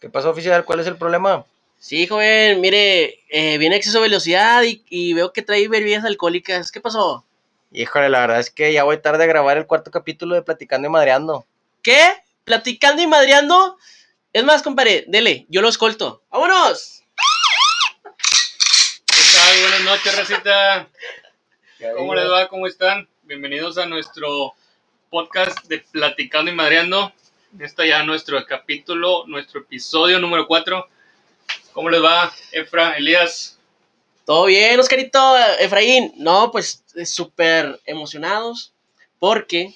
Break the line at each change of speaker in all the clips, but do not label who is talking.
¿Qué pasa, oficial? ¿Cuál es el problema?
Sí, joven, mire, eh, viene a exceso de velocidad y, y veo que trae bebidas alcohólicas. ¿Qué pasó?
Híjole, la verdad es que ya voy tarde a grabar el cuarto capítulo de Platicando y Madreando.
¿Qué? ¿Platicando y madreando? Es más, compadre, dele, yo lo escolto. ¡Vámonos!
¿Qué tal? Buenas noches, Racita. ¿Cómo les va? ¿Cómo están? Bienvenidos a nuestro podcast de Platicando y Madreando. Está ya nuestro capítulo, nuestro episodio número 4. ¿Cómo les va, Efra, Elías?
¿Todo bien, Oscarito? Efraín. No, pues eh, súper emocionados porque...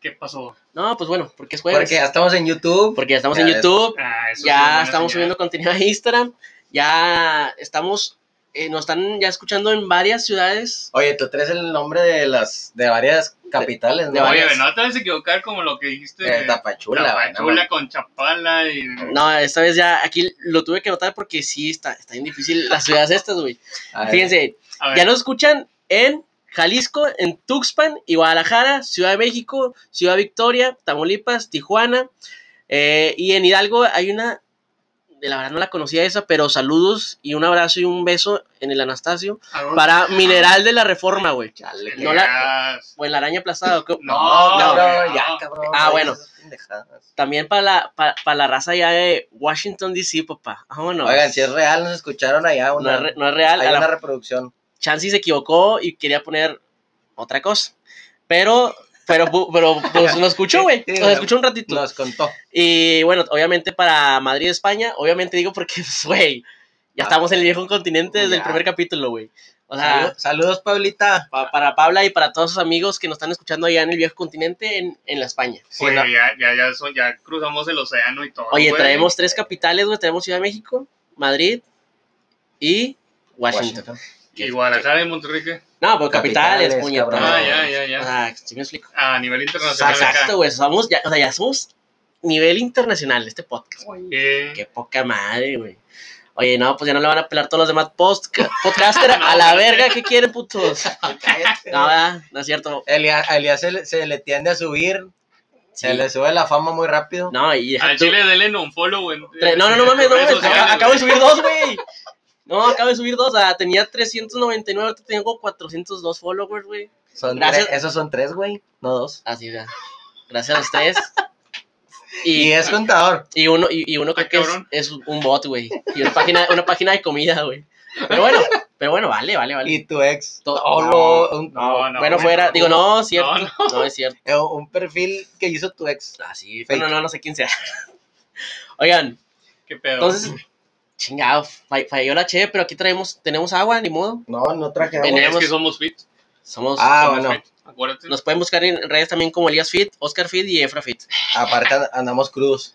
¿Qué pasó?
No, pues bueno, porque es jueves.
Porque ya estamos en YouTube.
Porque ya estamos
Ya
en
es-
YouTube,
Ah, eso es una
ya
buena
estamos
señal.
subiendo contenido a Instagram, ya estamos... eh, nos están ya escuchando en varias ciudades
Oye, tú traes el nombre de las de varias capitales, ¿no?
de varias.
Oye, no te vas a equivocar como lo que dijiste.
Eh,
de
Tapachula, güey, no,
Tapachula con Chapala y...
No, esta vez ya aquí lo tuve que notar porque sí está, está bien difícil las ciudades estas, güey.
A ver,
Fíjense,
A ver,
ya nos escuchan en Jalisco, en Tuxpan y Guadalajara, Ciudad de México, Ciudad Victoria, Tamaulipas, Tijuana. eh, y en Hidalgo hay una, de la verdad no la conocía esa, pero saludos y un abrazo y un beso en el Anastasio
¿a dónde
para Mineral de la Reforma, güey.
chale,
te
no la-
llegas?
O en la araña aplazada. ¿qué?
No,
No,
güey,
no, ya,
no.
cabrón.
Ah,
no
bueno.
digas esas pendejadas.
También para la, pa- pa' la raza ya de Washington, D.C., papá. Vámonos.
Oigan, si es real, nos escucharon allá.
pues, no,
Una,
es re- no es real.
hay
a la-
una reproducción.
Chansey se equivocó y quería poner otra cosa. Pero, pero, pu- pero pues nos escuchó, güey.
Sí,
Nos escuchó un ratito.
Nos contó.
Y bueno, obviamente para Madrid, España, obviamente digo porque, pues, güey, ya
Ah.
estamos en el viejo continente desde el
Ya.
primer capítulo, güey. O sea,
Saludos, saludos, Pablita.
pa- para Pabla y para todos sus amigos que nos están escuchando allá en el viejo continente, en, en la España.
Sí,
Oye,
no-
ya, ya, ya, son- ya cruzamos el océano y todo.
Oye,
güey.
traemos tres capitales, güey. Traemos Ciudad de México, Madrid y Washington.
Washington.
Y Guadalajara y Monterrey. ¿qué?
No, pues capitales,
Capitales,
puñetas.
cabrón.
Ah, ya, ya,
O
ya.
sea, si me explico.
A nivel internacional. acá.
Exacto, güey. Somos ya, o sea, ya somos nivel internacional este podcast. güey.
Oye,
Qué poca madre, güey. Oye, no, pues ya no le van a pelar todos los demás post podcasters
No,
a la
güey.
verga que quieren, putos.
Cállate.
No, ¿verdad? no es cierto.
Elías, a Elías Este, se, le- se le tiende a subir,
Sí.
se le sube la fama muy rápido.
No, y deja
Al
tú-
chile denle un follow, güey.
tre- No, no, no mames, no
Redes
mames.
sociales,
acá-
güey.
Acabo de subir dos, güey. No, acabo de subir dos. O sea, tenía 399, ahorita tengo 402 followers, güey.
Son
Gracias.
tres- esos son tres, güey, no dos.
Así, ya. Gracias a ustedes.
Y,
Y, ah,
es contador.
y uno, y, y uno
Ah,
creo que es,
cabrón.
es un bot, güey. Y una página, una página de comida, güey. Pero bueno, pero bueno, vale, vale, vale.
Y tu ex.
To-
Oh, lo- un,
No, no.
bueno,
no,
fuera,
no.
digo, no, cierto, no,
No,
es cierto.
eh, un perfil que hizo tu ex.
Así,
Fake.
no, no, no sé quién sea. Oigan,
¿Qué pedo?
entonces, chingado, fall- falló la cheve, pero aquí traemos, tenemos agua, ni modo.
No, no traje
En
agua.
el-
es
tenemos-
que somos fit.
Somos,
Ah,
somos-
bueno.
fit, Acuérdate.
nos pueden buscar en redes también como Elías Fit, Oscar Fit y Efra Fit.
Aparte and- andamos crudos.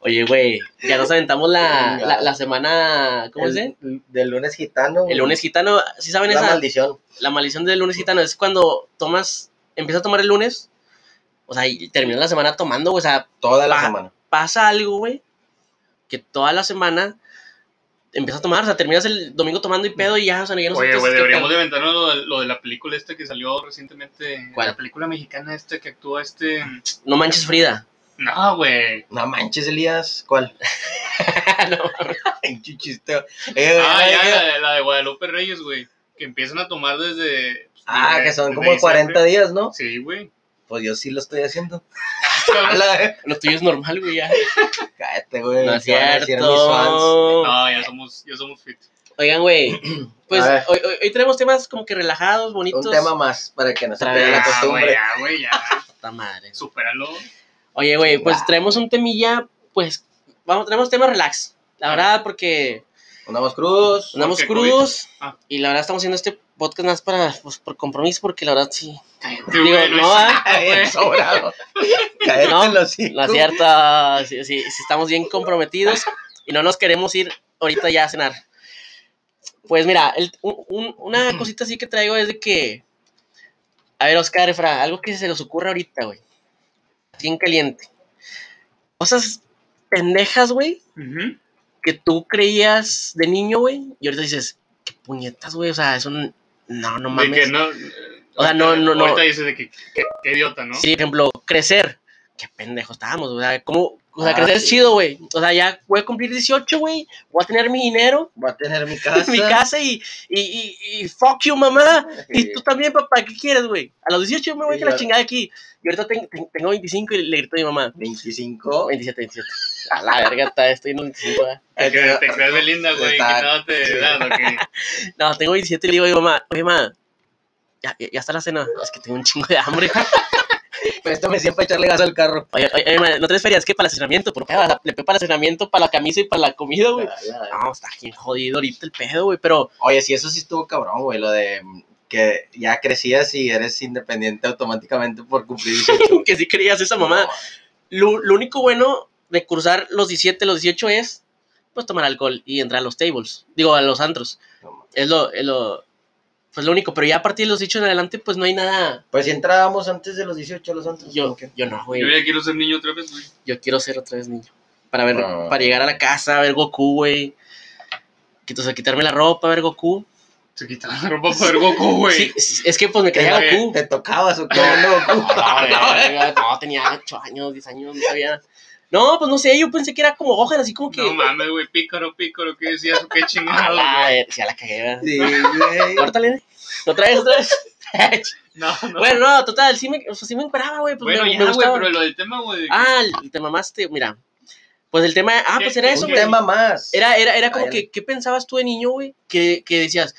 Oye, güey, ya nos aventamos la, la, la semana, ¿cómo
El-
se dice?
Del lunes gitano.
El lunes gitano, ¿sí saben
La
esa?
maldición.
la maldición del lunes gitano es cuando tomas, empiezas a tomar el lunes, o sea, y terminas la semana tomando, o sea,
Toda la
Pa-
semana.
pasa algo, güey, que toda la semana empiezas a tomar, o sea, terminas el domingo tomando y pedo y ya, o sea, ya no
Oye,
sientes
güey,
qué
deberíamos de
pedo.
inventarnos lo, de- lo de la película esta que salió recientemente.
¿Cuál?
La película mexicana esta que actúa este...
No manches Frida.
No, güey.
No manches, Elías. ¿Cuál?
No.
Pinche chiste. Eh,
Ah,
eh,
ya,
eh.
la, de- la de Guadalupe Reyes, güey. Que empiezan a tomar desde... pues,
Ah,
desde-
que son
desde
como 40
diciembre.
días, ¿no?
Sí, güey.
Pues yo sí lo estoy haciendo.
Cabrón.
Ala, eh.
Lo tuyo es normal, güey, ya.
Cállate, güey.
No es
¿qué van a decir mis fans?
cierto.
No, ya somos, ya somos fit.
Oigan, güey, pues
A ver.
hoy, hoy- hoy tenemos temas como que relajados, bonitos.
Un tema más para que no se
Otra
pierda la
vez.
Ah, güey,
costumbre.
ya, güey, ya.
Puta madre.
Supéralo.
Oye, güey, pues
Wow.
traemos un temilla, pues, vamos, tenemos temas relax. La verdad, porque
Andamos crudos.
andamos
Porque
crudos
COVID. Ah.
y la verdad estamos haciendo este podcast más para, pues, por compromiso, porque la verdad sí.
Sí,
Digo,
güey,
no,
es-
ah.
Bien sobrado. Cállate
No,
el hocico.
No es cierto, sí, sí, sí estamos bien comprometidos y no nos queremos ir ahorita ya a cenar. Pues mira, el- un- un- una cosita así que traigo es de que. A ver, Oscar, Efra, algo que se les ocurra ahorita, güey. Así en caliente. Cosas pendejas, güey,
Ujú.
que tú creías de niño, güey, y ahorita dices, qué puñetas, güey, o sea, eso. n- No, no
De que
mames.
no...
O sea, no, no, no.
Ahorita dices de que, que- que idiota, ¿no?
Sí, ejemplo, crecer. Qué pendejo estábamos, o sea, ¿cómo, O sea,
Ah,
crecer es
sí.
chido, güey. O sea, ya voy a cumplir 18, güey. Voy a tener mi dinero,
Va a tener mi casa.
mi casa y, y, y- y fuck you, mamá. Y tú también, papá, ¿qué quieres, güey? A los 18 yo me voy a
Sí,
que la
claro.
chingada de aquí. Y ahorita ten- ten- tengo 25 y le grito a mi mamá.
25.
27, 27. A la verga, está, estoy en 25, ¿verdad?
Te creas, te creas Belinda, güey, que
Está-
no te edad, ok.
No, tengo 27 y le digo a mi mamá, oye, mamá, ya, ya- ya está la cena. Es que tengo un chingo de hambre.
Pero esto me siempre echarle gas al carro.
Oye, oye, oye, ma, no traes ferias, que para el estacionamiento, por favor, le pego para el estacionamiento, para la camisa y para la comida, güey. No, está bien jodido ahorita el pedo, güey, pero
Oye, sí, eso sí estuvo cabrón, güey, lo de mm, que ya crecías y eres independiente automáticamente por cumplir 18. güey.
que sí creías esa mamá. Lo, lo único bueno de cruzar los 17, los 18 es, pues, tomar alcohol y entrar a los tables, digo, a los antros.
No, no.
Es lo, es lo, pues, lo único, pero ya a partir de los 18 en adelante, pues, no hay nada.
Pues si entrábamos antes de los 18 los antros.
Yo,
¿cómo que?
yo no, güey.
Yo ya quiero ser niño otra vez, güey.
Yo quiero ser otra vez niño. Para ver,
Ah.
para llegar a la casa, ver Goku, güey. Entonces, quitarme la ropa, ver Goku.
Se quitaron la ropa para ver Goku, güey.
Sí, es es que pues me
¿Te,
caía
Oye,
Goku.
te tocabas o qué? No,
No, no, no, no, tenía 8 años, 10 años, no sabía. No, pues no sé, yo pensé que era como Gohan, así como que.
No mames, güey, pícaro, pícaro, ¿qué decías? ¿Qué
A
chingado?
la
güey?
ver, si a la cagué, ¿verdad?
Sí, güey.
Córtale, otra vez, otra vez.
No, no.
bueno, no, total, sí me, o sea, sí me encueraba, güey. Pues
Bueno,
me, me
ya, güey,
gustaba.
pero lo del tema, güey. de que-
Ah, te mamaste, mira. Pues el tema, ah, pues era
¿Qué-
eso,
Un
güey.
tema más.
Era, era, era como
Ay,
que, ¿qué pensabas tú de niño, güey? Que, que decías,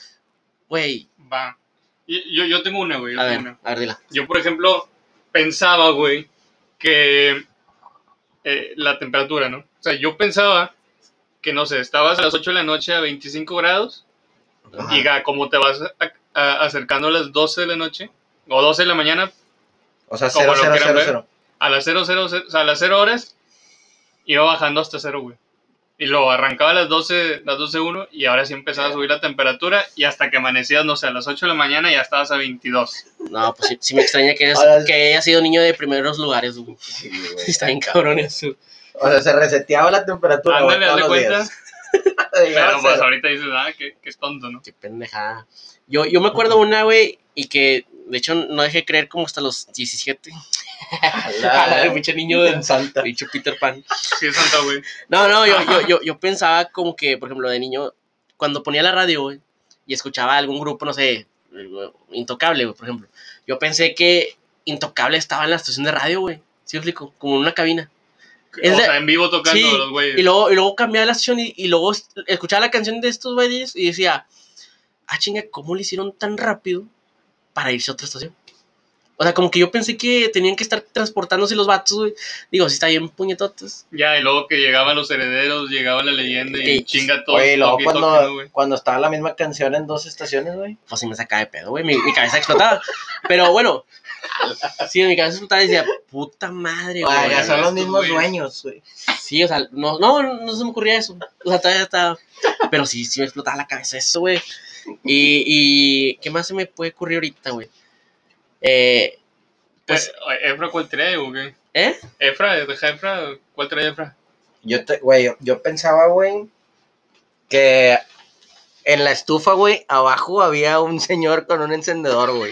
güey,
Va. Y- Yo, yo tengo una, güey. yo
a
tengo una.
ver, a ver, dila.
Yo, por ejemplo, pensaba, güey, que eh, la temperatura, ¿no? O sea, yo pensaba que, no sé, estabas a las 8 de la noche a 25 grados
Ajá.
y ga- como te vas a- a- acercando a las 12 de la noche o 12 de la mañana,
O sea,
como
0,
lo
0,
quieran
0,
ver.
0.
a las 0, o sea, a las 0 horas, iba bajando hasta 0, güey. Y lo arrancaba a las 12, las 12 1 y ahora sí empezaba a subir la temperatura y hasta que amanecías, no sé, a las 8 de la mañana ya estabas a 22.
No, pues sí, sí me extraña que, hayas-
Ahora-
que haya sido niño de primeros lugares, güey.
Sí, güey.
Está bien cabrón eso.
O sea, se reseteaba la temperatura, güey,
Ándale,
todos
hazle
los
Ah, cuenta.
días. Llegaba
Pero
a
pues
cero.
ahorita dices, ah, qué, qué tonto, ¿no?
Qué pendejada. Yo, yo me acuerdo una, güey, y que de hecho no dejé creer como hasta los 17.
Ala,
A la de pinche niño de
en Santa.
dicho Peter Pan.
Sí, es santa, güey.
No, no, yo, yo, yo, yo pensaba como que, por ejemplo, de niño, cuando ponía la radio, güey, y escuchaba algún grupo, no sé, Intocable, güey, por ejemplo. Yo pensé que Intocable estaba en la estación de radio, güey. ¿Sí me explico? Como en una cabina. Es
o
de-
sea, en vivo tocando
sí,
los
Y
güeyes.
luego, y luego cambiaba la estación y, y luego es- escuchaba la canción de estos güeyes y decía, ah, chinga, ¿cómo le hicieron tan rápido para irse a otra estación? O sea, como que yo pensé que tenían que estar transportándose los vatos, güey. Digo, si está bien puñetotes.
Ya, y luego que llegaban los herederos, llegaba la leyenda y
Sí.
chinga todo.
Oye, y luego
toque y toque, ¿no,
cuando,
güey?
cuando estaba la misma canción en dos estaciones, güey.
Pues sí me sacaba de pedo, güey. Mi, mi cabeza explotaba. Pero bueno, sí, mi cabeza explotaba y decía, puta madre, güey.
Ah,
ya
ya son los
estos
mismos
güeyes.
dueños, güey.
Sí, o sea, no, no, no se me ocurría eso. O sea, todavía estaba. Pero sí, sí me explotaba la cabeza eso, güey. Y, y, ¿qué más se me puede ocurrir ahorita, güey? Eh, pues,
Eh, oye, ¿Efra cuál trae o qué?
¿eh?
¿Efra? ¿Deja Efra? ¿Cuál trae Efra?
Yo, te- güey, yo, yo pensaba, güey, que en la estufa, güey, abajo había un señor con un encendedor, güey.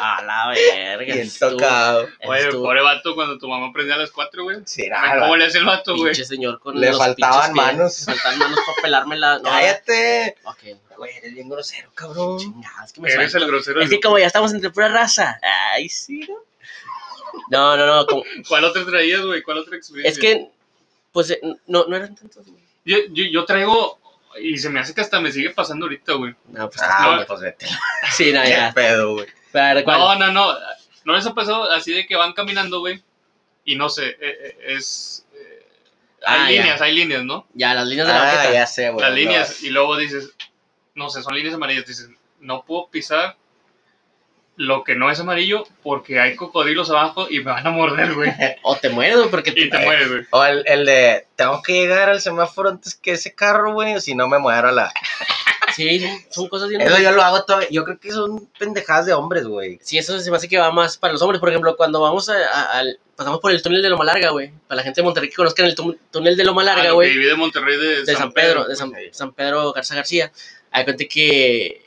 A la verga.
Bien
estuvo-
tocado.
Oye,
estuvo
pobre vato, cuando tu mamá prendía a las 4, güey.
Sí,
Ay,
nada.
Ah, ¿Cómo le hace el vato, güey?
pinche señor con
Le
los
faltaban
pinches pies.
manos.
Le faltaban manos para pelármela. No,
Cállate.
Ok.
Güey, eres bien grosero, cabrón.
Chingada, es que me
Eres
suelto.
el grosero.
Es que
del
como ya estamos entre pura raza. Ay, sí, ¿no? No, no, no. como-
grupo. ¿Cuál otra traías, güey? ¿Cuál otra experiencia?
es que, pues, eh, no, no eran tantos, güey.
Yo, yo, yo traigo... Y se me hace que hasta me sigue pasando ahorita, güey.
No, pues,
Ah,
No.
pues vete.
sí, no,
Qué
ya.
pedo, güey.
Pero, a ver, ¿cuál?
No, no, no. No les ha pasado así de que van caminando, güey. Y no sé, eh, eh, es... eh,
Ah,
hay
ya.
líneas, hay líneas, ¿no?
Ya, las líneas de la
Ah,
banqueta.
ya sé, güey.
las líneas y luego dices, no sé, son líneas amarillas, dices, no puedo pisar lo que no es amarillo porque hay cocodrilos abajo y me van a morder, güey.
O te mueres, güey, porque
Y te mueres, güey.
O el, el de, tengo que llegar al semáforo antes que ese carro, güey, o si no me muero a la...
Sí, son- son cosas bien.
Eso yo lo hago todavía. Yo creo que son pendejadas de hombres, güey.
Sí, eso se me hace que va más para los hombres. Por ejemplo, cuando vamos a, a- al- pasamos por el túnel de Loma Larga, güey. Para la gente de Monterrey que conozcan el tú- túnel de Loma
Ah,
Larga,
lo Que
güey.
viví de Monterrey de,
de San Pedro, de San,
pues, ahí.
San Pedro Garza García. Hay gente que,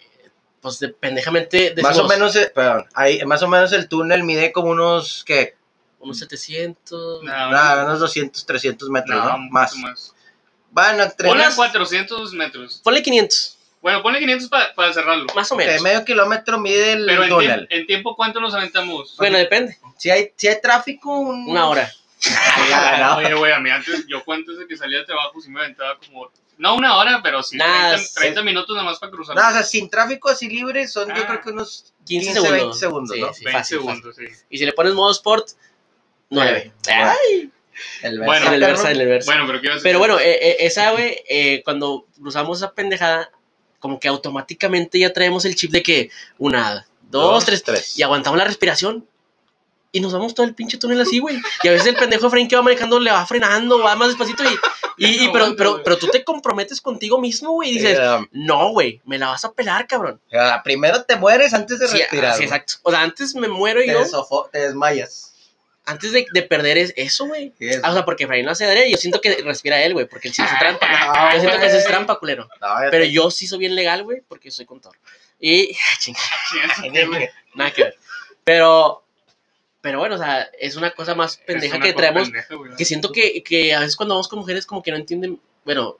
pues, de pendejamente
Más o
decimos,
menos, eh, perdón, ahí, más o menos el túnel mide como unos, ¿qué?
unos 700.
No,
Nada, unos 200, 300 metros, ¿no?
Ah, mucho
Más. Bueno, entre
Ponle
unos-
400 metros.
Ponle 500,
Bueno, ponle 500 pa- para cerrarlo.
más o
ok,
menos.
medio kilómetro mide el
Pero en, tiemp-
túnel.
en tiempo, ¿cuánto nos aventamos?
Bueno, depende.
Si hay, si hay tráfico, un-
Una hora.
Ah, no.
Oye, güey, a mí antes, yo cuando antes de que salía de trabajo, sí me aventaba como. No una hora, pero sí.
Nada,
30, 30 minutos nomás para cruzar.
No, o sea, sin tráfico así libre son yo
Ah.
creo que unos
15,
15,
segundos.
20 segundos,
Sí,
¿no?
sí,
20
fácil, fácil.
segundos, sí.
Y si le pones modo sport, 9.
Nueve. El Versa,
Bueno,
en el
perro.
Versa, en el Versa.
Bueno, pero ¿qué ibas a
Pero
decir?
bueno, eh, eh, esa, güey, eh, cuando cruzamos esa pendejada, como que automáticamente ya traemos el chip de que una, dos, tres,
tres.
y aguantamos la respiración. Y nos vamos todo el pinche túnel así, güey. Y a veces el pendejo de Frank que va manejando le va frenando, va más despacito. Y, y- y- pero, pero, pero tú te comprometes contigo mismo, güey. Y dices,
Eh,
no, güey, me la vas a pelar, cabrón.
ah, primero te mueres antes de
Sí,
respirar.
ah, sí,
güey.
exacto. O sea, antes me muero
te,
yo,
desofo- te desmayas.
antes de, de perder es eso, güey.
Sí, es-
Ah, o sea, porque Efraín lo hace adrede, yo siento que respira él, güey, porque él sí hizo trampa.
Ah,
Yo siento que eso
güey.
es trampa, culero.
No, ya
Pero
te-
yo sí soy bien legal, güey, porque soy contador. Y, ah, chinga,
Sí, es un tema.
nada que ver. Pero, pero bueno, o sea, es una cosa más pendeja
Es una
que
cosa
traemos.
pendeja, güey.
Que siento que, que a veces cuando vamos con mujeres, como que no entienden. Bueno,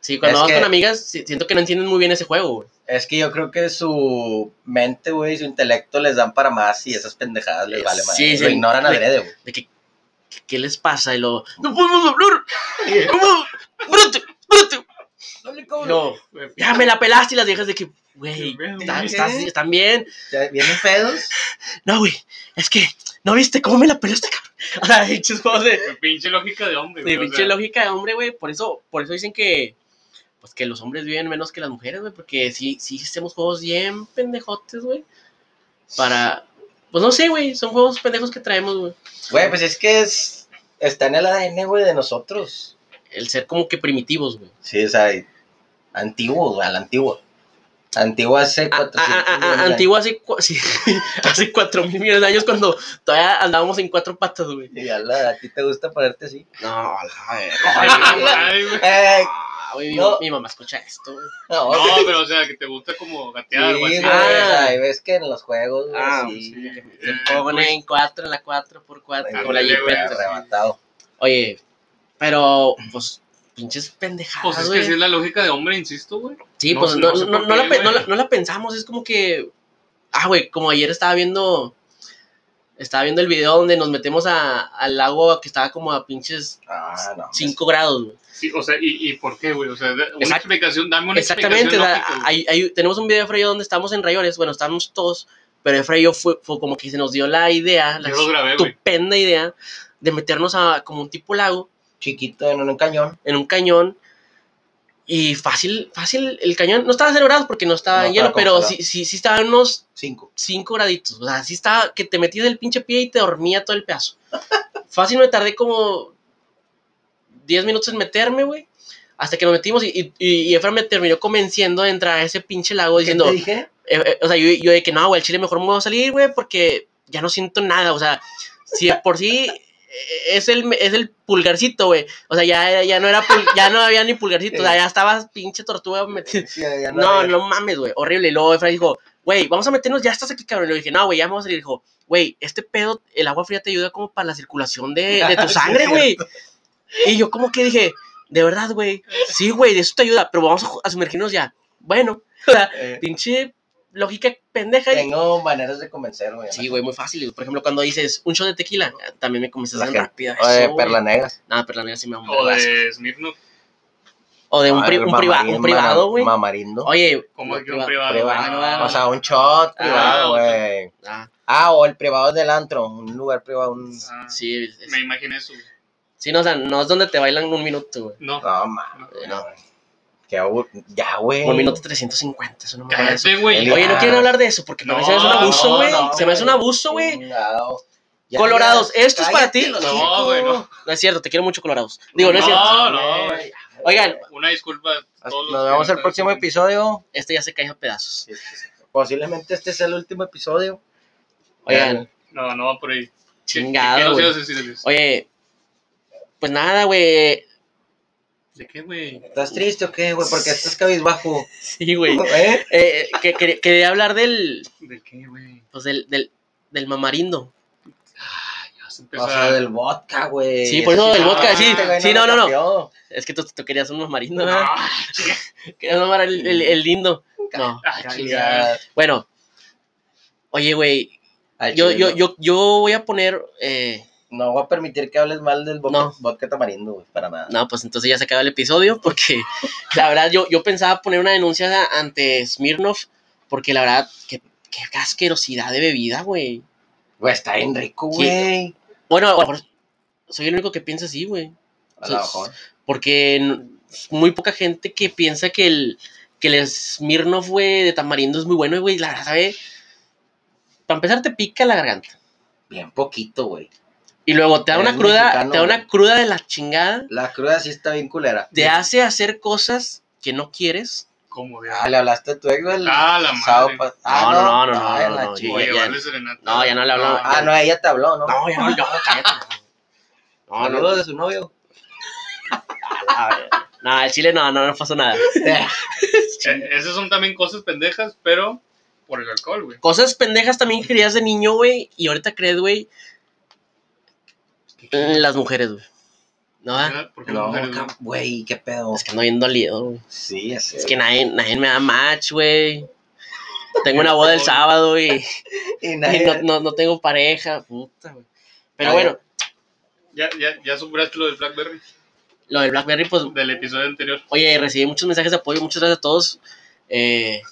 sí, cuando
Es
vamos
que-
con amigas, sí, siento que no entienden muy bien ese juego, güey.
Es que yo creo que su mente, güey, su intelecto les dan para más y esas pendejadas les
Eh,
vale
sí,
más.
sí.
Lo ignoran adrede, güey.
De que, ¿qué les pasa? Y lo. ¡No podemos hablar! ¿Cómo? ¡Espérate! ¡Espérate! No,
Güey,
ya me la pelaste y las dejas de que, güey,
Qué pedo,
¿estás-
güey.
estás- están bien.
¿Ya ¿Vienen pedos?
No, güey, es que, ¿no viste cómo me la pelaste, cabrón? O sea, pinches juegos de,
güey, Pinche lógica de hombre,
de
güey, o
pinche
sea,
lógica de hombre, güey. Por eso, por eso dicen que, pues que los hombres viven menos que las mujeres, güey. Porque sí, sí hacemos juegos bien pendejotes, güey. Para, pues no sé, güey, son juegos pendejos que traemos, güey.
Güey, pues es que es, está en el ADN, güey, de nosotros.
El ser como que primitivos, güey.
Sí, o sea, y- antiguo, güey, a la antigua. Antigua hace
A- a-
400
a- a-
millones de
Antiguo hace, cua- sí, hace cuatro mil millones de años cuando todavía andábamos en cuatro patas, güey.
años. Y a, la, a ti te gusta ponerte así.
No, a la
ay,
verga, güey.
ay, güey.
Eh,
Ah, güey, mi,
No.
mi mamá escucha esto, güey.
no, güey.
No, pero o sea, que te gusta como
Sí,
gatear o
güey,
así.
o
Ah.
sea, y ves que en los juegos, güey,
Ah,
sí,
sí.
Se
Eh,
pone
pues,
en 4, en la 4 por 4
Ándale,
con la
Ándale, güey,
jipeta.
arrebatado.
Oye, pero, pues, pinches pendejadas,
Pues es que
güey.
sí es la lógica de hombre, insisto, güey.
sí,
no
pues
sé-
no,
no sé
no-
por
no la,
qué,
pe- no
güey.
la- no la pensamos, es como que... Ah, güey, como ayer estaba viendo... Estaba viendo el video donde nos metemos a, al lago que estaba como a pinches
Ah, no.
5 grados, güey.
Sí, o sea, ¿y, y por qué, güey? O sea, de- una
Exact-
explicación, dame una
Exactamente, o
explicación.
sea,
lógica, güey.
hay- hay- tenemos un video de Freyo donde estamos en rayones, bueno, estamos todos, pero Freyo fue, fue como que se nos dio la idea, la
Yo lo grabé, güey.
estupenda idea de meternos a como un tipo lago
Chiquito en un cañón.
en un cañón y fácil, fácil, el cañón no estaba a cero grados porque no estaba
No
en hielo,
estaba
pero
congelado.
sí, sí, sí estaba en unos
5.
5 graditos, o sea, sí estaba que te metías el pinche pie y te dormía todo el pedazo. fácil me tardé como 10 minutos en meterme, güey. Hasta que nos metimos y, y, y Efra me terminó convenciendo de entrar a ese pinche lago diciendo,
te dije?
eh, eh, o sea, yo, yo de que no, güey, el chile mejor me voy a salir, güey, porque ya no siento nada, o sea, si de por sí eh, es el, es el pulgarcito, güey, o sea, ya, ya no era, pul- ya no había ni pulgarcito, o sea, ya estabas pinche tortuga metida.
Sí, ya
No,
había.
no mames, güey, horrible, y luego Efra dijo, güey, vamos a meternos, ya estás aquí, cabrón, y le dije, no, güey, ya me voy a salir, dijo, güey, este pedo, el agua fría te ayuda como para la circulación de, de tu
Sí,
sangre,
es
güey, y yo como que dije, de verdad, güey, sí, güey, de eso te ayuda, pero vamos a ju- a sumergirnos ya, bueno, o sea,
Eh,
pinche lógica pendeja. y-
tengo maneras de convencer, güey.
Sí, güey, muy fácil. güey. Por ejemplo, cuando dices un shot de tequila, eh, también me comienzas
La
a hacer
gente-
rápida.
O de
eso, güey.
Perla Negra.
Nada, perla negra sí me da un
O
vergazo.
de Smirnoff,
O de un,
Ah,
pri-
el
un, priva-
mamarín,
un privado,
mama-
güey.
Mamarindo.
Oye,
como
un
que un
priva-
privado.
privado.
Ah,
O sea, un shot privado,
ok.
güey.
Ah,
Ah, o el privado del antro, un lugar privado, un...
ah,
sí, es-
Me imaginé eso, güey.
sí, no, o sea, no es donde te bailan un minuto, güey.
No,
No, mames, no. Qué abur- Ya, güey.
Un minuto 350, eso no me parece.
cállate, güey.
Eli-
Oye, no quieren hablar de eso porque para mí se me hace un
No,
abuso,
no,
güey.
no,
se me hace un
güey.
abuso, güey.
Chingado. Ya,
Colorados,
ya,
esto es para ti.
cállate,
No,
hocico.
güey, no.
No es cierto, te quiero mucho, Colorados. Digo, no, es
No.
cierto.
no,
güey.
Oigan,
Una disculpa. a todos los
Nos
que
vemos
están
el próximo
escuchando.
episodio.
Este ya se cae a pedazos.
Posiblemente este sea el último episodio.
Oigan,
No, no va por ahí.
chingado.
¿Qué
güey.
nos ibas a decir, Elias?
Oye, pues nada, güey.
¿De qué, güey?
¿Estás triste o qué, güey? Porque estás cabizbajo.
Sí, güey.
¿Eh?
Eh, que, que- quería hablar del,
¿De qué, güey?
pues del, del, del mamarindo.
Ya vas a
O
empezar.
sea, del vodka, güey.
Sí, por eso
Así,
del
ah,
vodka, sí,
este güey
sí, no,
lo
no, no.
cambió.
Es que tú, tú querías un marinos, ¿verdad?
Ah,
Querías un el, el, el lindo. No.
ah,
Ay,
chingada.
ya.
Bueno. Oye, güey,
Al
yo,
chile,
yo,
no.
yo, yo voy a poner... eh,
No voy a permitir que hables mal del vodka,
No.
vodka tamarindo, güey, para nada.
no, pues entonces ya se acaba el episodio porque la verdad yo, yo pensaba poner una denuncia ante Smirnov porque la verdad, qué, qué asquerosidad de bebida, güey.
Güey, está bien rico,
Sí.
güey.
Bueno, a lo mejor soy el único que piensa así, güey.
A lo
Sí.
mejor.
Porque n- muy poca gente que piensa que el, que el Smirnoff, güey, de tamarindo es muy bueno, güey. La verdad, ¿sabe? Para empezar, te pica la garganta.
Bien poquito, güey.
Y luego te da
Eres
una cruda,
mexicano,
te da
güey.
una cruda de la chingada.
La cruda sí está bien culera.
Te hace hacer cosas que no quieres.
Como de.
Ah, le hablaste a tu ex, güey. el
Ah, la
sábado
madre.
pas-
No, no, no, no, no,
Ah, Ay,
no,
la
no,
chingada.
Oye,
ya-
vale, serenata.
No, ya no le hablo.
No,
Ah, no, ella te habló, ¿no?
No, ya no, no, cállate. No, no,
Saludos
no,
de su novio.
no, el chile no, no, no pasó nada.
Eh, Esas son también cosas pendejas, pero por el alcohol, güey.
Cosas pendejas también que querías de niño, güey. Y ahorita crees, güey. Las mujeres, güey. ¿No? ah?
Porque las
No,
mujeres, güey.
cam- güey, qué pedo.
Es que ando bien dolido, güey.
Sí, ya sé.
Es que nadie, nadie me da match, güey. Tengo una boda el sábado y,
Y
y
nadie-
no, no, no tengo pareja, puta, güey. Pero
Ah,
bueno,
Ya, ya, ya superaste lo del Blackberry
lo del Blackberry, pues,
del episodio anterior.
oye, recibí muchos mensajes de apoyo, muchas gracias a todos. Eh,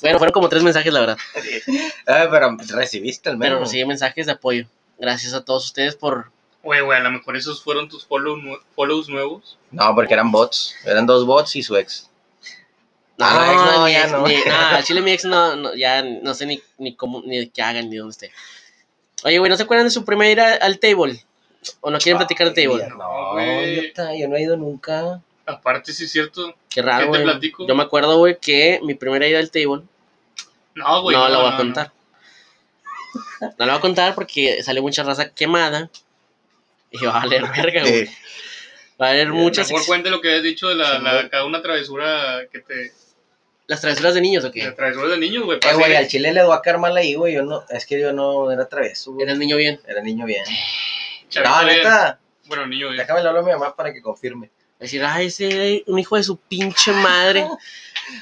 bueno, fueron como tres mensajes, la verdad.
Eh, pero recibiste al menos.
Pero pues, recibí mensajes de apoyo. Gracias a todos ustedes por...
Güey, güey, a lo mejor esos fueron tus follow nue- follows nuevos.
No, porque eran bots. Eran dos bots y su ex.
No,
Ah, ex, no,
ni-
ya no.
ni- no, al chile mi ex no, no, ya no sé ni, ni cómo, ni qué hagan, ni dónde esté. Oye, güey, ¿no se acuerdan de su primera ida al table? ¿O no quieren platicar de
Ay,
table?
No,
güey.
idiota, yo no he ido nunca.
Aparte, sí es cierto.
Qué
¿Qué
raro,
te
güey.
platico?
Yo me acuerdo, güey, que mi primera ida al table
No, güey.
no, la voy a
no.
contar. No. la voy a contar porque salió mucha raza quemada. Y va a valer verga, güey.
Eh,
Va a valer muchas.
Mejor cuente lo que has dicho de la,
Sí,
la-
güey.
cada una travesura que te.
Las travesuras de niños, ¿o
La
qué?
travesura de niños, güey.
Eh,
pase.
güey, al chile le doy a caer mal ahí, güey. Yo no, es que yo no era travieso, güey.
Eres niño bien.
Era niño bien.
Chavito
No,
bien.
neta.
Bueno, niño, eh. bien.
Déjame le hablo a mi mamá para que confirme.
Decir, ay, ese es un hijo de su pinche madre.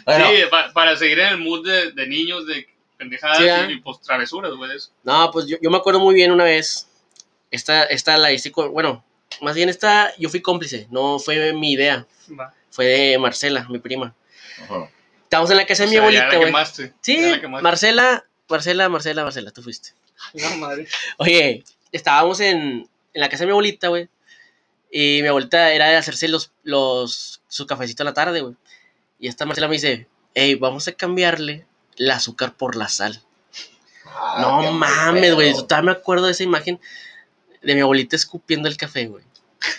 Bueno,
sí, pa- para seguir en el mood de, de niños, de pendejadas
Sí,
y-
¿ah?
y, pues travesuras, güey. eso.
No, pues yo, yo me acuerdo muy bien una vez. Esta, esta la hice con. Bueno, más bien esta yo fui cómplice. No fue mi idea.
Va.
Fue de Marcela, mi prima.
ujú.
Estábamos en la casa de
O
mi
sea, ya
abuelita,
la
güey.
quemaste. ya
Sí,
la quemaste.
Marcela, Marcela, Marcela, Marcela, tú fuiste.
No, madre.
Oye, estábamos en, en la casa de mi abuelita, güey. Y mi abuelita era de hacerse los, los, su cafecito a la tarde, güey. Y esta Marcela me dice, hey, vamos a cambiarle el azúcar por la sal.
Ah, qué
no
mal
mames,
pedo.
güey. Yo todavía me acuerdo de esa imagen de mi abuelita escupiendo el café, güey.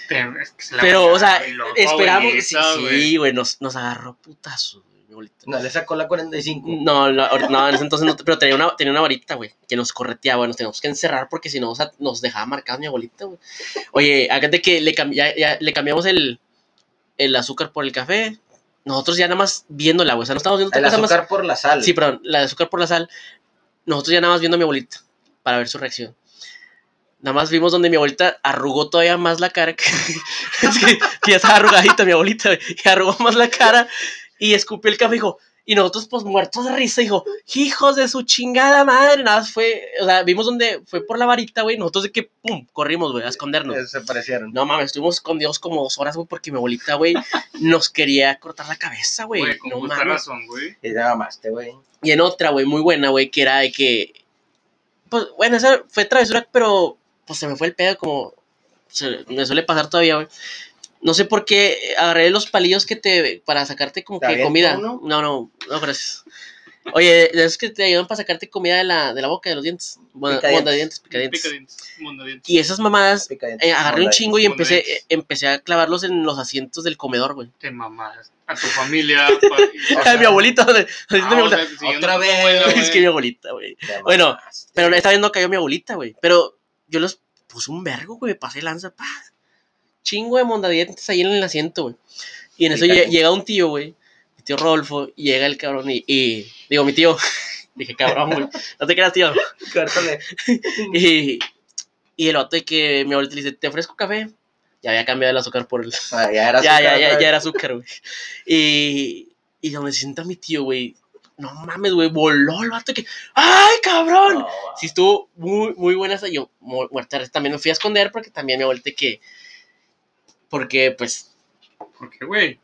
Te- es que se la
Pero, o sea,
Ay, loco,
esperamos... Sí,
abuelita, güey.
sí, güey, nos, nos agarró putazo, güey, mi abuelita.
No, le sacó la 45.
No, no, ahor- no, en ese entonces no, te- pero tenía una, tenía una varita, güey, que nos correteaba, nos teníamos que encerrar porque si no o sea, nos dejaba marcado mi abuelita, güey. Oye, acá de que le, cam- ya- ya le cambiamos el, el azúcar por el café, nosotros ya nada más viéndola, güey, o sea, no estábamos viendo
El
otra cosa más.
azúcar por la sal.
Sí, perdón, la de azúcar por la sal, nosotros ya nada más viendo a mi abuelita para ver su reacción. Nada más vimos donde mi abuelita arrugó todavía más la cara. Que, es que, que ya estaba arrugadita mi abuelita, güey, y arrugó más la cara y escupió el café, dijo. Y nosotros, pues muertos de risa, dijo, hijos de su chingada madre. Nada más fue, o sea, vimos donde fue por la varita, güey. Nosotros de que, pum, corrimos, güey, a escondernos.
Eh, Se parecieron.
No mames, estuvimos escondidos como dos horas, güey, porque mi abuelita, güey, nos quería cortar la cabeza, güey.
Güey, con
No
justa
mames.
razón, güey.
Y nada más, te güey.
Y en otra, güey, muy buena, güey, que era de que. Pues, bueno, esa fue travesura, pero pues se me fue el pedo, como se- me suele pasar todavía, güey. No sé por qué eh, agarré los palillos que te. para sacarte como
¿Te
que
aviento
comida.
uno?
No, no, no, gracias. Oye, de esos que te ayudan para sacarte comida de la, de la boca, de los dientes. Bueno,
Picadientes.
mondadientes, picadientes.
Picadientes. mondadientes.
Y esas mamadas,
Picadientes.
eh, agarré un
Mondadientes.
chingo y empecé,
mondadientes.
eh, empecé a clavarlos en los asientos del comedor, güey.
Te mamás. A tu familia. pa- y-
O sea,
mi abuelita, donde- donde
Ah,
mi
o
abuelita.
sea, que siguiendo
Otra
tu
vez.
abuela, güey.
Es que mi abuelita, güey.
Te
Bueno,
mamaste.
Pero esta vez no cayó mi abuelita, güey. Pero yo los puse un vergo, güey. Pasé lanza, pa. Chingo de mondadientes ahí en el asiento, güey. Y en
Y
eso lle-
cayó.
llega un tío, güey. Mi tío Rodolfo. y Llega el cabrón y. y- digo, mi tío. Dije, cabrón, güey. No te creas, tío.
Córtale.
Y, Y el otro que mi abuelita le dice, ¿te ofrezco café? Ya había cambiado el azúcar por el...
Ah, ya era
ya,
azúcar,
ya, ya,
güey.
ya era azúcar, güey. Y, y donde se sienta mi tío, güey. No mames, güey, voló el vato que... ¡Ay, cabrón!
No, va.
Sí, estuvo muy, muy buena esa. Yo, mu- muerta de risa. también me fui a esconder porque también me volteé que. Porque, pues.
¿Por qué, güey?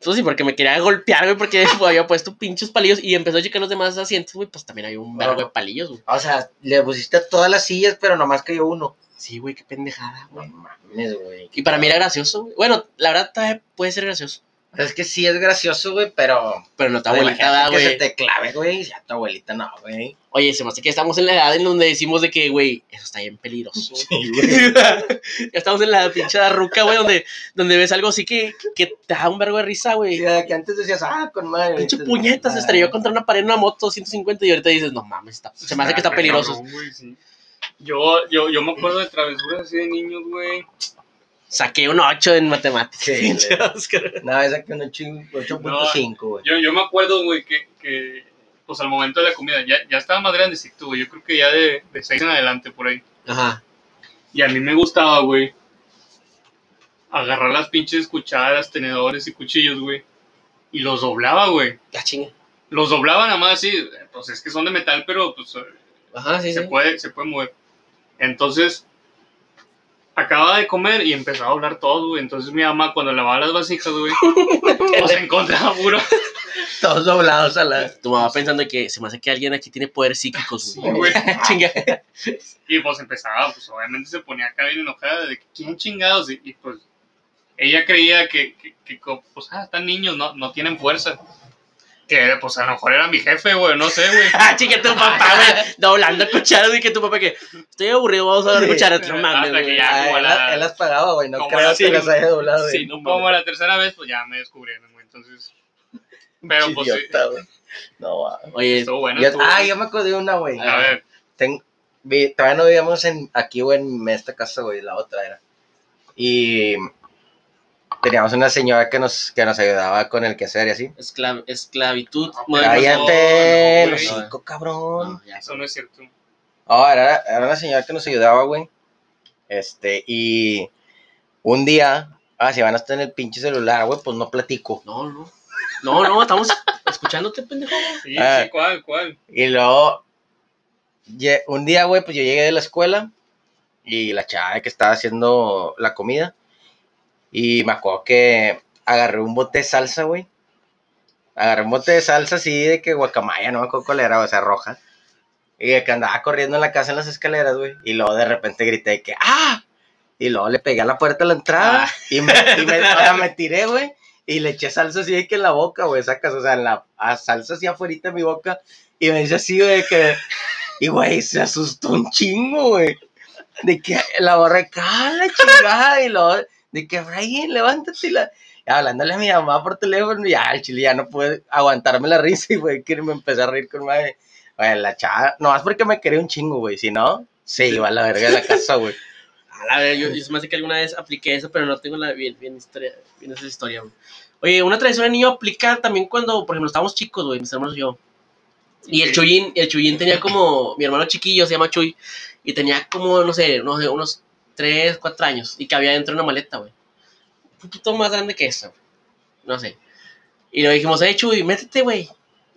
Eso sí, porque me quería golpear, güey, porque pues, había puesto pinches palillos y empezó a checar los demás asientos, güey. Pues también había un vergo de palillos, güey.
O sea, le pusiste todas las sillas, pero nomás cayó uno.
Sí, güey, qué pendejada,
No
güey.
mames, güey.
Y para mí era gracioso, güey. Bueno, la verdad todavía puede ser gracioso.
Es que sí es gracioso, güey, pero.
Pero no te
imagínate
abuelita,
Que se
güey.
te clave, güey. Ya tu abuelita no, güey.
Oye, se me hace que estamos en la edad en donde decimos de que, güey, eso está bien peligroso. ya estamos en la pinchada ruca, güey, donde, donde ves algo así que, que te da un vergo de risa, güey.
Sí, de que antes decías, ah, con madre.
Pinche
ahorita-
puñetas, se estrelló contra una pared en una moto 150 y ahorita dices, no mames, está- se me hace
Ah,
que está peligroso.
Cabrón, güey, sí. Yo, yo, yo me acuerdo de travesuras así de niños, güey.
Saqué un 8 en matemáticas.
Sí,
Pinche
le-
Oscar.
No, esa que un ocho- 8.5, güey.
Yo, yo me acuerdo, güey, que, que, pues al momento de la comida, ya, ya estaba más grandecito, güey. Yo creo que ya de, de seis en adelante por ahí.
Ajá.
Y a mí me gustaba, güey, agarrar las pinches cucharas, tenedores y cuchillos, güey. Y los doblaba, güey.
La chinga.
Los doblaba nada más así. Pues es que son de metal, pero pues eh,
Ajá, sí,
se,
sí.
puede, se puede mover. Entonces, acababa de comer y empezaba a hablar todo, güey. Entonces mi mamá cuando lavaba las vasijas, güey, pues encontraba puro.
Todos doblados a la.
Tu mamá pensando que se me hace que alguien aquí tiene poderes psíquicos, güey.
güey.
Chinga.
Y pues empezaba, pues obviamente se ponía acá bien enojada de que, quién chingados. Y, y, pues ella creía que, que, que, co- pues, ah, están niños, no, no tienen fuerza. Que era, pues a lo mejor era mi jefe, güey, no sé, güey.
Ah, chinga tu papá, güey. Doblando cucharas y que tu papá que estoy aburrido, vamos a doblar
Sí.
cucharas. No mames,
Hasta que
güey.
ya,
Ah,
como
él,
la-
él las pagaba, güey. No
como
creo
la-
que
sí,
las haya doblado, Ah, güey.
Sí, no
Como
mames.
la tercera vez, pues ya me descubrieron, güey. Entonces, pero pues sí,
Idiota, güey. No, va.
Oye,
estuvo bueno.
Yo-
estuvo
ah,
bueno.
yo me acordé de una, güey.
A ver,
Ten- vi- todavía no vivíamos en, aquí, güey, en esta casa, güey, la otra era. Y teníamos una señora que nos, que nos ayudaba con el quehacer y así.
esclav- esclavitud.
Ah,
moderna.
Cállate,
no,
los
güey.
cinco, cabrón.
No, ya.
eso no es cierto.
Ah, era, era una señora que nos ayudaba, güey. Este, y un día, ah, si van a estar en el pinche celular, güey, pues no platico.
No, no. No, no, estamos escuchándote, pendejo.
Sí,
Ah.
sí, ¿cuál, cuál?
Y luego, lle- un día, güey, pues yo llegué de la escuela y la chava que estaba haciendo la comida. Y me acuerdo que agarré un bote de salsa, güey. Agarré un bote de salsa así de que guacamaya, no me acuerdo cuál era, o sea, roja. Y de que andaba corriendo en la casa en las escaleras, güey. Y luego de repente grité de que ¡ah! Y luego le pegué a la puerta a la entrada
Ah.
y, me, y me- o sea, me tiré, güey. Y le eché salsa así de que en la boca, güey, sacas, o sea, en la a salsa así afuera de mi boca. Y me dice así, güey, de que. Y, güey, se asustó un chingo, güey. De que la borra, cala, chingada. Y luego, de que, Brian, levántate. Y la... y hablándole a mi mamá por teléfono, ya, al chile ya no pude aguantarme la risa. Y, güey, que me empecé a reír con madre. Güey, la chava, nomás porque me quería un chingo, güey. Si no, se iba a la verga de la casa, güey.
A la ver, yo, yo se me hace que alguna vez apliqué eso, pero no tengo la bien, bien, historia, bien esa historia, güey. Oye, una tradición de niño aplica también cuando, por ejemplo, estábamos chicos, güey, mis hermanos y yo. Y el
Sí.
Chuyín, el Chuyín tenía como, mi hermano chiquillo se llama Chuy, y tenía como, no sé, no sé, unos 3, 4 años, y cabía dentro de una maleta, güey. Un poquito más grande que esa, güey. No sé. Y le dijimos, eh, Chuy, métete, güey.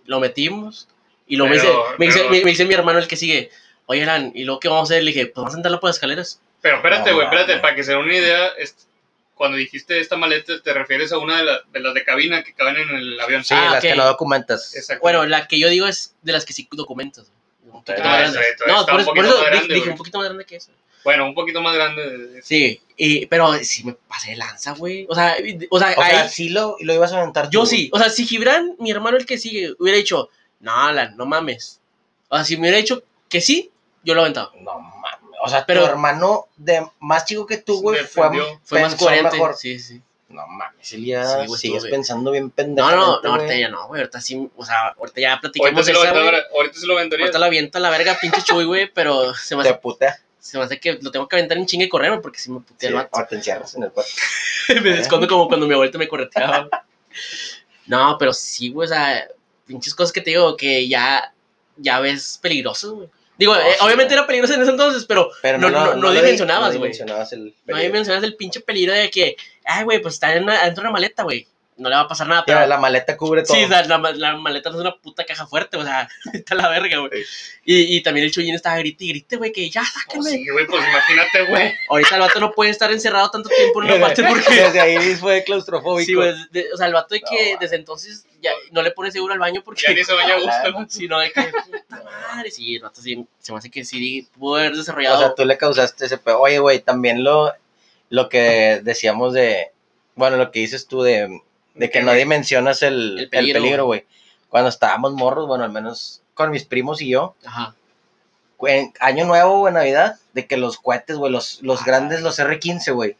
Lo metimos, y luego me,
Pero-
dice, me, dice-
pero-
me- me dice mi hermano el que sigue, oye, Eran, ¿y luego qué vamos a hacer? Le dije, pues vamos a sentarlo por las escaleras.
Pero espérate,
No,
güey, espérate,
mames.
para que se den una idea, es- cuando dijiste esta maleta, te refieres a una de, la- de las de cabina que caben en el avión.
Sí,
Ah,
las
ok.
que no documentas.
Exacto.
Bueno, la que yo digo es de las que sí documentas. güey. Un poquito
Ah,
más grande.
está- está-
No,
está
por
un
eso, por
poquito
eso
más
di-
grande,
dije
güey.
un poquito más grande que eso.
Bueno, un poquito más grande. de- de-
Sí, y- pero sí me pasé de lanza, güey. O sea, y- o sea,
O sea,
ahí-
sí lo, lo ibas a aventar. tú,
yo
güey.
sí. O sea, si Gibran, mi hermano el que sigue, hubiera dicho, no, Alan, no mames. O sea, si me hubiera dicho que sí, yo lo aventaba.
No mames. O sea,
Pero-
tu hermano de más chico que tú, güey, fue,
Defendió.
Fue más
pensó
coherente.
mejor.
Sí, sí.
No mames, Elia,
Sí, güey,
sigues
estuve.
pensando bien pendejo.
No, no, no, ahorita ya no, güey. Ahorita sí, o sea, ahorita ya
Ahorita
platicamos
se, lo
esa,
aventaba-
güey.
ahorita se lo aventaría.
Ahorita la aviento a la verga, pinche chuy, güey, pero se me,
Te
hace,
putea.
se me hace que lo tengo que aventar en chinga y correr, güey, porque si me putea
Sí,
el vato.
o te encierras en el cuarto.
me escondo como cuando mi abuelita me correteaba. No, pero sí, güey, o sea, pinches cosas que te digo que ya, ya ves peligrosas, güey. Digo,
No,
eh,
sí,
obviamente
güey.
era peligroso en ese entonces, pero
Pero
no-
no,
no-
lo-
no
lo
dimensionabas,
no
güey.
dimensionabas el
no
peligro.
dimensionas el pinche peligro de que, ay, güey, pues está en una- adentro de una maleta, güey. No le va a pasar nada,
Pero
pero.
la maleta cubre todo.
Sí, o sea, la, ma- la maleta no es una puta caja fuerte, o sea, está la verga, güey. Y, y también el chullín estaba grite y grite, güey, que ya,
Pues
sáquenme.
sí, güey, pues imagínate, güey.
Ahorita el vato no puede estar encerrado tanto tiempo en una parte porque.
Desde ahí fue claustrofóbico.
Sí, güey, de- o sea, el vato de
No,
que
va.
desde entonces ya no le pone seguro al baño porque.
Ya ni se baña a gusto, ¿no?
sino de que. Puta madre. Sí, el vato sí, se me hace que sí pudo haber
O
desarrollado.
sea, tú le causaste ese pedo. Oye, güey, también lo, lo que decíamos de. Bueno, lo que dices tú de, de que no dimensionas el,
El
el
peligro,
peligro, güey. Cuando estábamos morros, bueno, al menos con mis primos y yo,
Ajá.
en año nuevo o en Navidad, de que los cohetes, güey, los, los
Ah.
grandes, los R15, güey.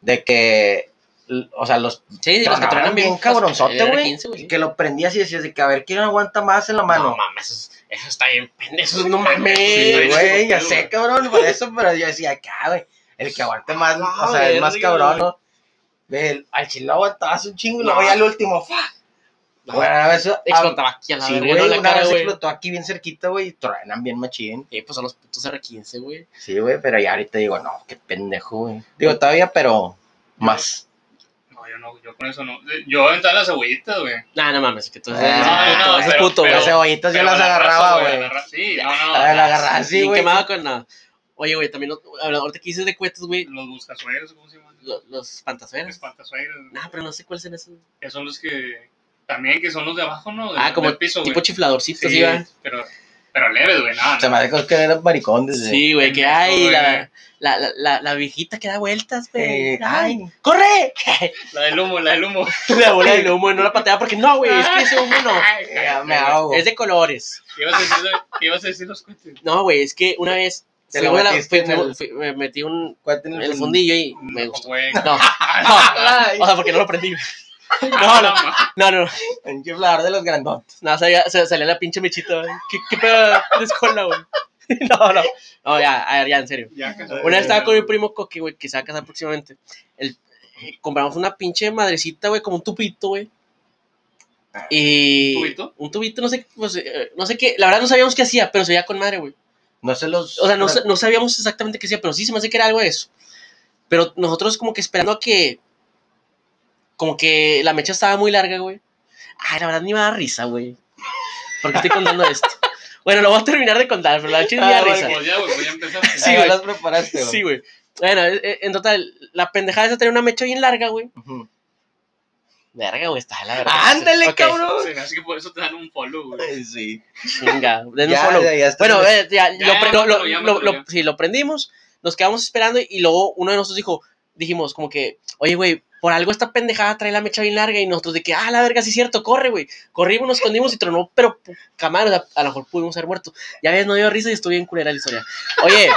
De que. l- O sea, los
Sí, sí, los que
tronaban
tronan
bien cabronzote,
el
güey.
R15,
y Que lo prendías y decías de que a ver quién aguanta más en la mano.
No mames, eso, es- eso está bien, pendejo. Eso no mames.
Sí,
Sí,
güey,
güey,
ya
sí,
sé,
güey.
cabrón, por eso, pero yo decía, acá, güey, el que aguante más,
Ah,
o sea, es más
verga,
cabrón,
güey.
¿no? Ve, el- al chile lo aguantabas un chingo y luego
No.
ya al último, fa.
No.
Bueno, a veces, ah,
Explotaba aquí a la
sí,
verga,
güey,
no la
una
cara,
vez
güey.
explotó aquí bien cerquita, güey, y truenan bien machín.
Eh, pues son los putos R15, güey.
Sí, güey, pero ya ahorita digo, no, qué pendejo, güey. Digo, todavía, pero más.
No, yo no, yo con eso no. Yo aventaba las cebollitas, güey.
Nah, no mames, que entonces.
Ah,
ese
no,
puto,
no,
ese
pero-
puto,
pero-
Las
güey.
cebollitas yo
Pero
las
la raza,
agarraba,
la
güey.
raza- Sí, no, no.
Ah, la agarraba
Bien
así, güey.
quemado con nada. Oye, güey, también, los- ahora- ahorita que dices de cohetes, güey,
Los buscasuegros, ¿cómo se llaman?
lo- los fantasferas.
Espantasuegros. güey.
Nah, pero no sé cuáles son esos.
Que son los que. También que son los de abajo, ¿no? De-
Ah, como
del piso, güey.
tipo chifladorcitos,
Sí,
sí, va.
pero, pero leves, güey, nada.
Se me hace que era maricón desde...
Sí, güey, que
pendejo,
ay,
güey.
la, la, la, la, la viejita que da vueltas, güey.
Eh,
ay,
ay.
¡corre!
La del humo, la del humo.
la bola del humo no la pateaba porque no, güey, es que ese humo no.
Ay,
Ya
cállate,
me
güey.
ahogo.
Es de colores.
¿Qué ibas a decir, de- qué ibas a decir los cohetes?
No, güey, es que una vez
Te la
fuimos a la-
metiste en
fuimos-
el-
fui- me metí un,
Cuate
en el fundillo y me gustó.
Oh, Güey, Ah,
No, no,
Ay.
o sea, porque no lo prendí. No, no, no, no, no,
Un chiflador de los grandotes.
no, salía, sa- salía la pinche mechita, güey. ¿Qué, qué pedo de escuela, güey? No, no, no, ya, a ver, ya, en serio.
Ya, casado.
Una vez estaba con mi primo Coque, güey, que se va a casar próximamente. El- eh, compramos una pinche madrecita, güey, como un tubito, güey. Y
¿Un tubito?
Un tubito, no sé, pues, eh, no sé qué. La verdad no sabíamos qué hacía, pero se veía con madre, güey.
No se los...
O sea, no, sa- no sabíamos exactamente qué hacía, pero sí se me hace que era algo de eso. Pero nosotros como que esperando a que... Como que la mecha estaba muy larga, güey. Ay, la verdad ni me da risa, güey. ¿Por qué estoy contando esto? Bueno, lo voy a terminar de contar, pero la mecha ni me da
Ah, bueno,
risa.
Pues ya, güey, pues ya empezaste.
Sí,
Sí,
güey.
las preparaste, güey.
Sí, güey. Bueno, e- e- en total, la pendejada esa tenía una mecha bien larga, güey.
Ujú.
Verga, güey, está de la verga.
Ándale,
Ok,
cabrón.
Se me hace que por eso te dan un follow, güey.
Eh, Ah, Sí.
Chinga, den un
Ya,
follow.
ya, ya está.
Bueno, eh, ya,
Ya,
lo, pre- lo- lo-
mátalo, ya,
lo-
mátalo,
lo-
ya.
sí, lo prendimos, nos quedamos esperando y luego uno de nosotros dijo, dijimos como que, oye, güey, por algo esta pendejada trae la mecha bien larga y nosotros de que, ah, la verga, sí es cierto, corre, güey. Corrimos, nos escondimos y tronó, pero poca madre, o sea, a lo mejor pudimos haber muerto. Ya ves, no dio risa y estuvo bien culera la historia. Oye.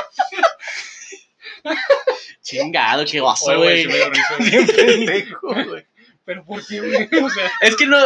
Chingado, qué
Oye,
guaso,
güey,
güey.
sí me dio risa, güey.
Bien pendejo, güey.
Pero ¿por qué, güey? O sea,
Es que no,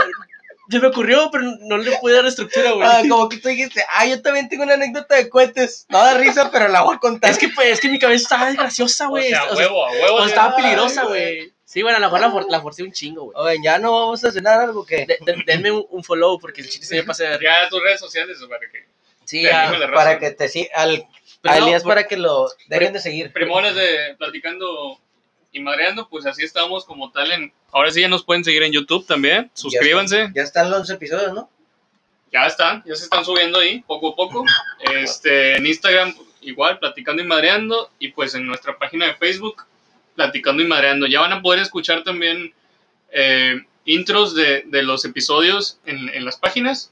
se me ocurrió, pero no le pude dar estructura, güey.
Ah, como que tú dijiste, ah, yo también tengo una anécdota de cohetes. No da risa, pero la voy a contar.
Es que, pues, es que mi cabeza estaba graciosa,
o
güey.
sea,
O sea,
huevo, a huevo.
O
o sea,
Pues estaba
Ay,
peligrosa,
güey.
güey. Sí, bueno, a lo mejor la, for- la forcé un chingo, güey.
Oye, ¿ya no vamos a cenar algo que
De- de- denme un, un follow porque el chiste se me pasa de verga.
Ya tus redes sociales, para que...
Sí,
Ya,
ya.
dímele, raza.
Ah, Para que te sí, al,
Pero
a
no,
Elías
por-
para que lo dejen de seguir.
Primones de Platicando y Madreando, pues así estamos como tal en... Ahora sí ya nos pueden seguir en YouTube también. Suscríbanse.
Ya están los 11 episodios, ¿no?
Ya están, ya se están subiendo ahí, poco a poco. Este, en Instagram igual, Platicando y Madreando. Y pues en nuestra página de Facebook, Platicando y Madreando. Ya van a poder escuchar también eh, intros de, de los episodios en, en las páginas.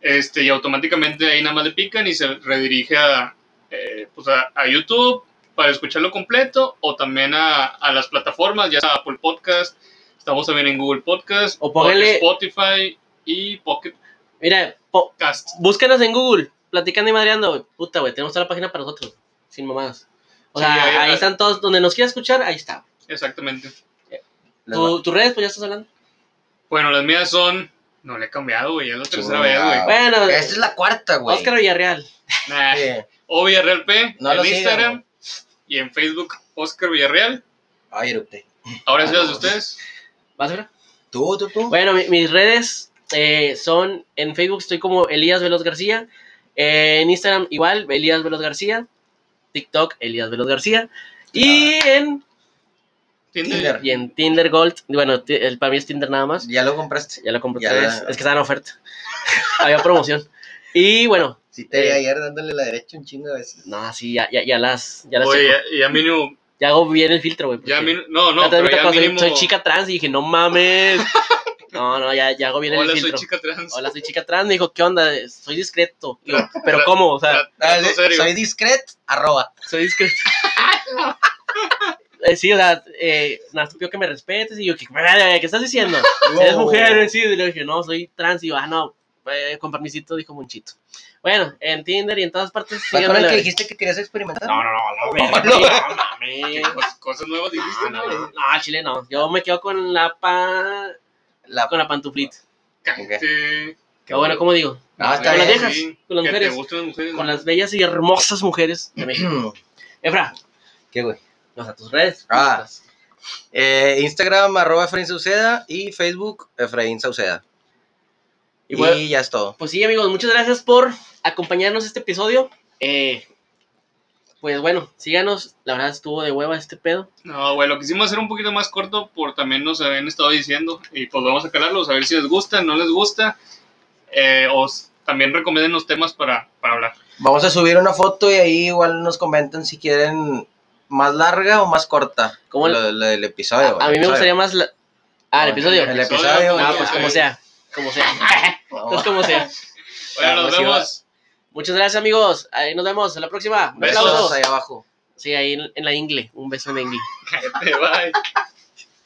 Este, y automáticamente ahí nada más le pican y se redirige a, eh, pues a, a YouTube para escucharlo completo o también a, a las plataformas, ya sea Apple Podcast, estamos también en Google Podcast,
O póngale-
Spotify y Pocket
Mira, po-
Cast.
búscanos en Google. Platicando y madreando, güey. Puta, güey. Tenemos toda la página para nosotros. Sin mamadas. O
Sí,
sea,
ahí-
ahí
ahí-
están todos. Donde nos quieras escuchar, ahí está.
Exactamente.
Les
Tu- Tus redes, pues ya estás hablando.
Bueno, las mías son. No le he cambiado, güey. Es la tercera
Chulada.
vez, güey.
Bueno,
va- Ah, Esta es la cuarta, güey.
Oscar Villarreal.
Nah.
Sí.
O Villarreal P.
No lo
en
sigan,
Instagram.
güey.
y en Facebook, Oscar Villarreal.
Ay, erupte.
Ahora sí las de ustedes.
¿Vas a ver?
Tú, tú, tú.
Bueno, mi- mis redes eh, son en Facebook estoy como Elías Veloz García, Eh, en Instagram igual, Elías Veloz García. TikTok, Elías Veloz García. Y en,
Tinder.
y en Tinder Gold. Bueno, ti- el, para mí es Tinder nada más.
Ya lo compraste.
Ya lo compré
Ya.
otra vez. Es que estaba en oferta. Había promoción. Y bueno,
Sí, te vi ayer dándole la derecha un chingo de veces.
no, sí, ya, ya, ya las. Ya las
Oye,
checo.
ya, ya mínimo,
Ya hago bien el filtro, güey.
ya
porque-
mínimo, no, no,
La otra
pero
vez me
ya
tocó, soy-
mínimo.
soy, chica trans y dije, no mames. No, no, ya, ya hago bien
Hola,
el
soy
filtro.
chica trans.
Hola, soy chica trans. Me dijo, ¿qué onda? Soy discreto. Digo, ¿pero cómo? O sea,
Tra- trato
Dale,
serio.
Ah, soy discret, arroba.
soy discreto. Eh, sí, o sea, eh, nada, te pido que me respetes. Y yo, ¿qué, ¿qué estás diciendo? Eres
Oh.
mujer, eh, sí. Y le dije, no, soy trans. Y yo, ah, no, eh, con permisito, dijo Monchito. Bueno, en Tinder y en todas partes.
¿Te
síganme,
acuerdas
la
que
verdad.
dijiste que querías experimentar?
No, no, no, no,
No, no.
no, no, mames.
Cos- Pues, Cosas nuevas dijiste,
Ah, No,
¿no?
no, no, no, Chile no. Yo me quedo con la pa...
La...
con la pantuflita.
Cállate.
Qué Ah, bueno, ¿cómo digo?
No, Ah, está
con las
bien.
viejas, con las
que
mujeres.
Te gustan las mujeres.
Con las bellas y hermosas mujeres
Mm.
de México. Efra,
¿Qué, güey?
nos a tus redes.
Ah. Eh, Instagram, arroba Efraín Sauceda y Facebook, Efraín Sauceda.
Y
Y,
bueno-
ya es todo.
Pues sí, amigos, muchas gracias por acompañarnos este episodio. Eh, pues bueno, síganos. La verdad estuvo de hueva este pedo.
No, güey, lo quisimos hacer un poquito más corto por también nos habían estado diciendo. Y pues vamos a calarlos, a ver si les gusta, no les gusta. Eh, os también recomienden los temas para, para hablar.
Vamos a subir una foto y ahí igual nos comentan si quieren más larga o más corta.
¿Cómo el-
Lo- lo del episodio.
A, a
el
mí me
episodio.
gustaría más la- Ah, el
No,
episodio.
El episodio.
Ah,
ya.
pues como sea. Como sea. Entonces, como sea.
Bueno, nos
Vamos,
vemos.
Muchas gracias, amigos. Ahí nos vemos. A la próxima. Un
Besos.
aplauso.
Besos ahí abajo.
Sí, ahí en, en la ingle. Un beso en la ingle.
Bye.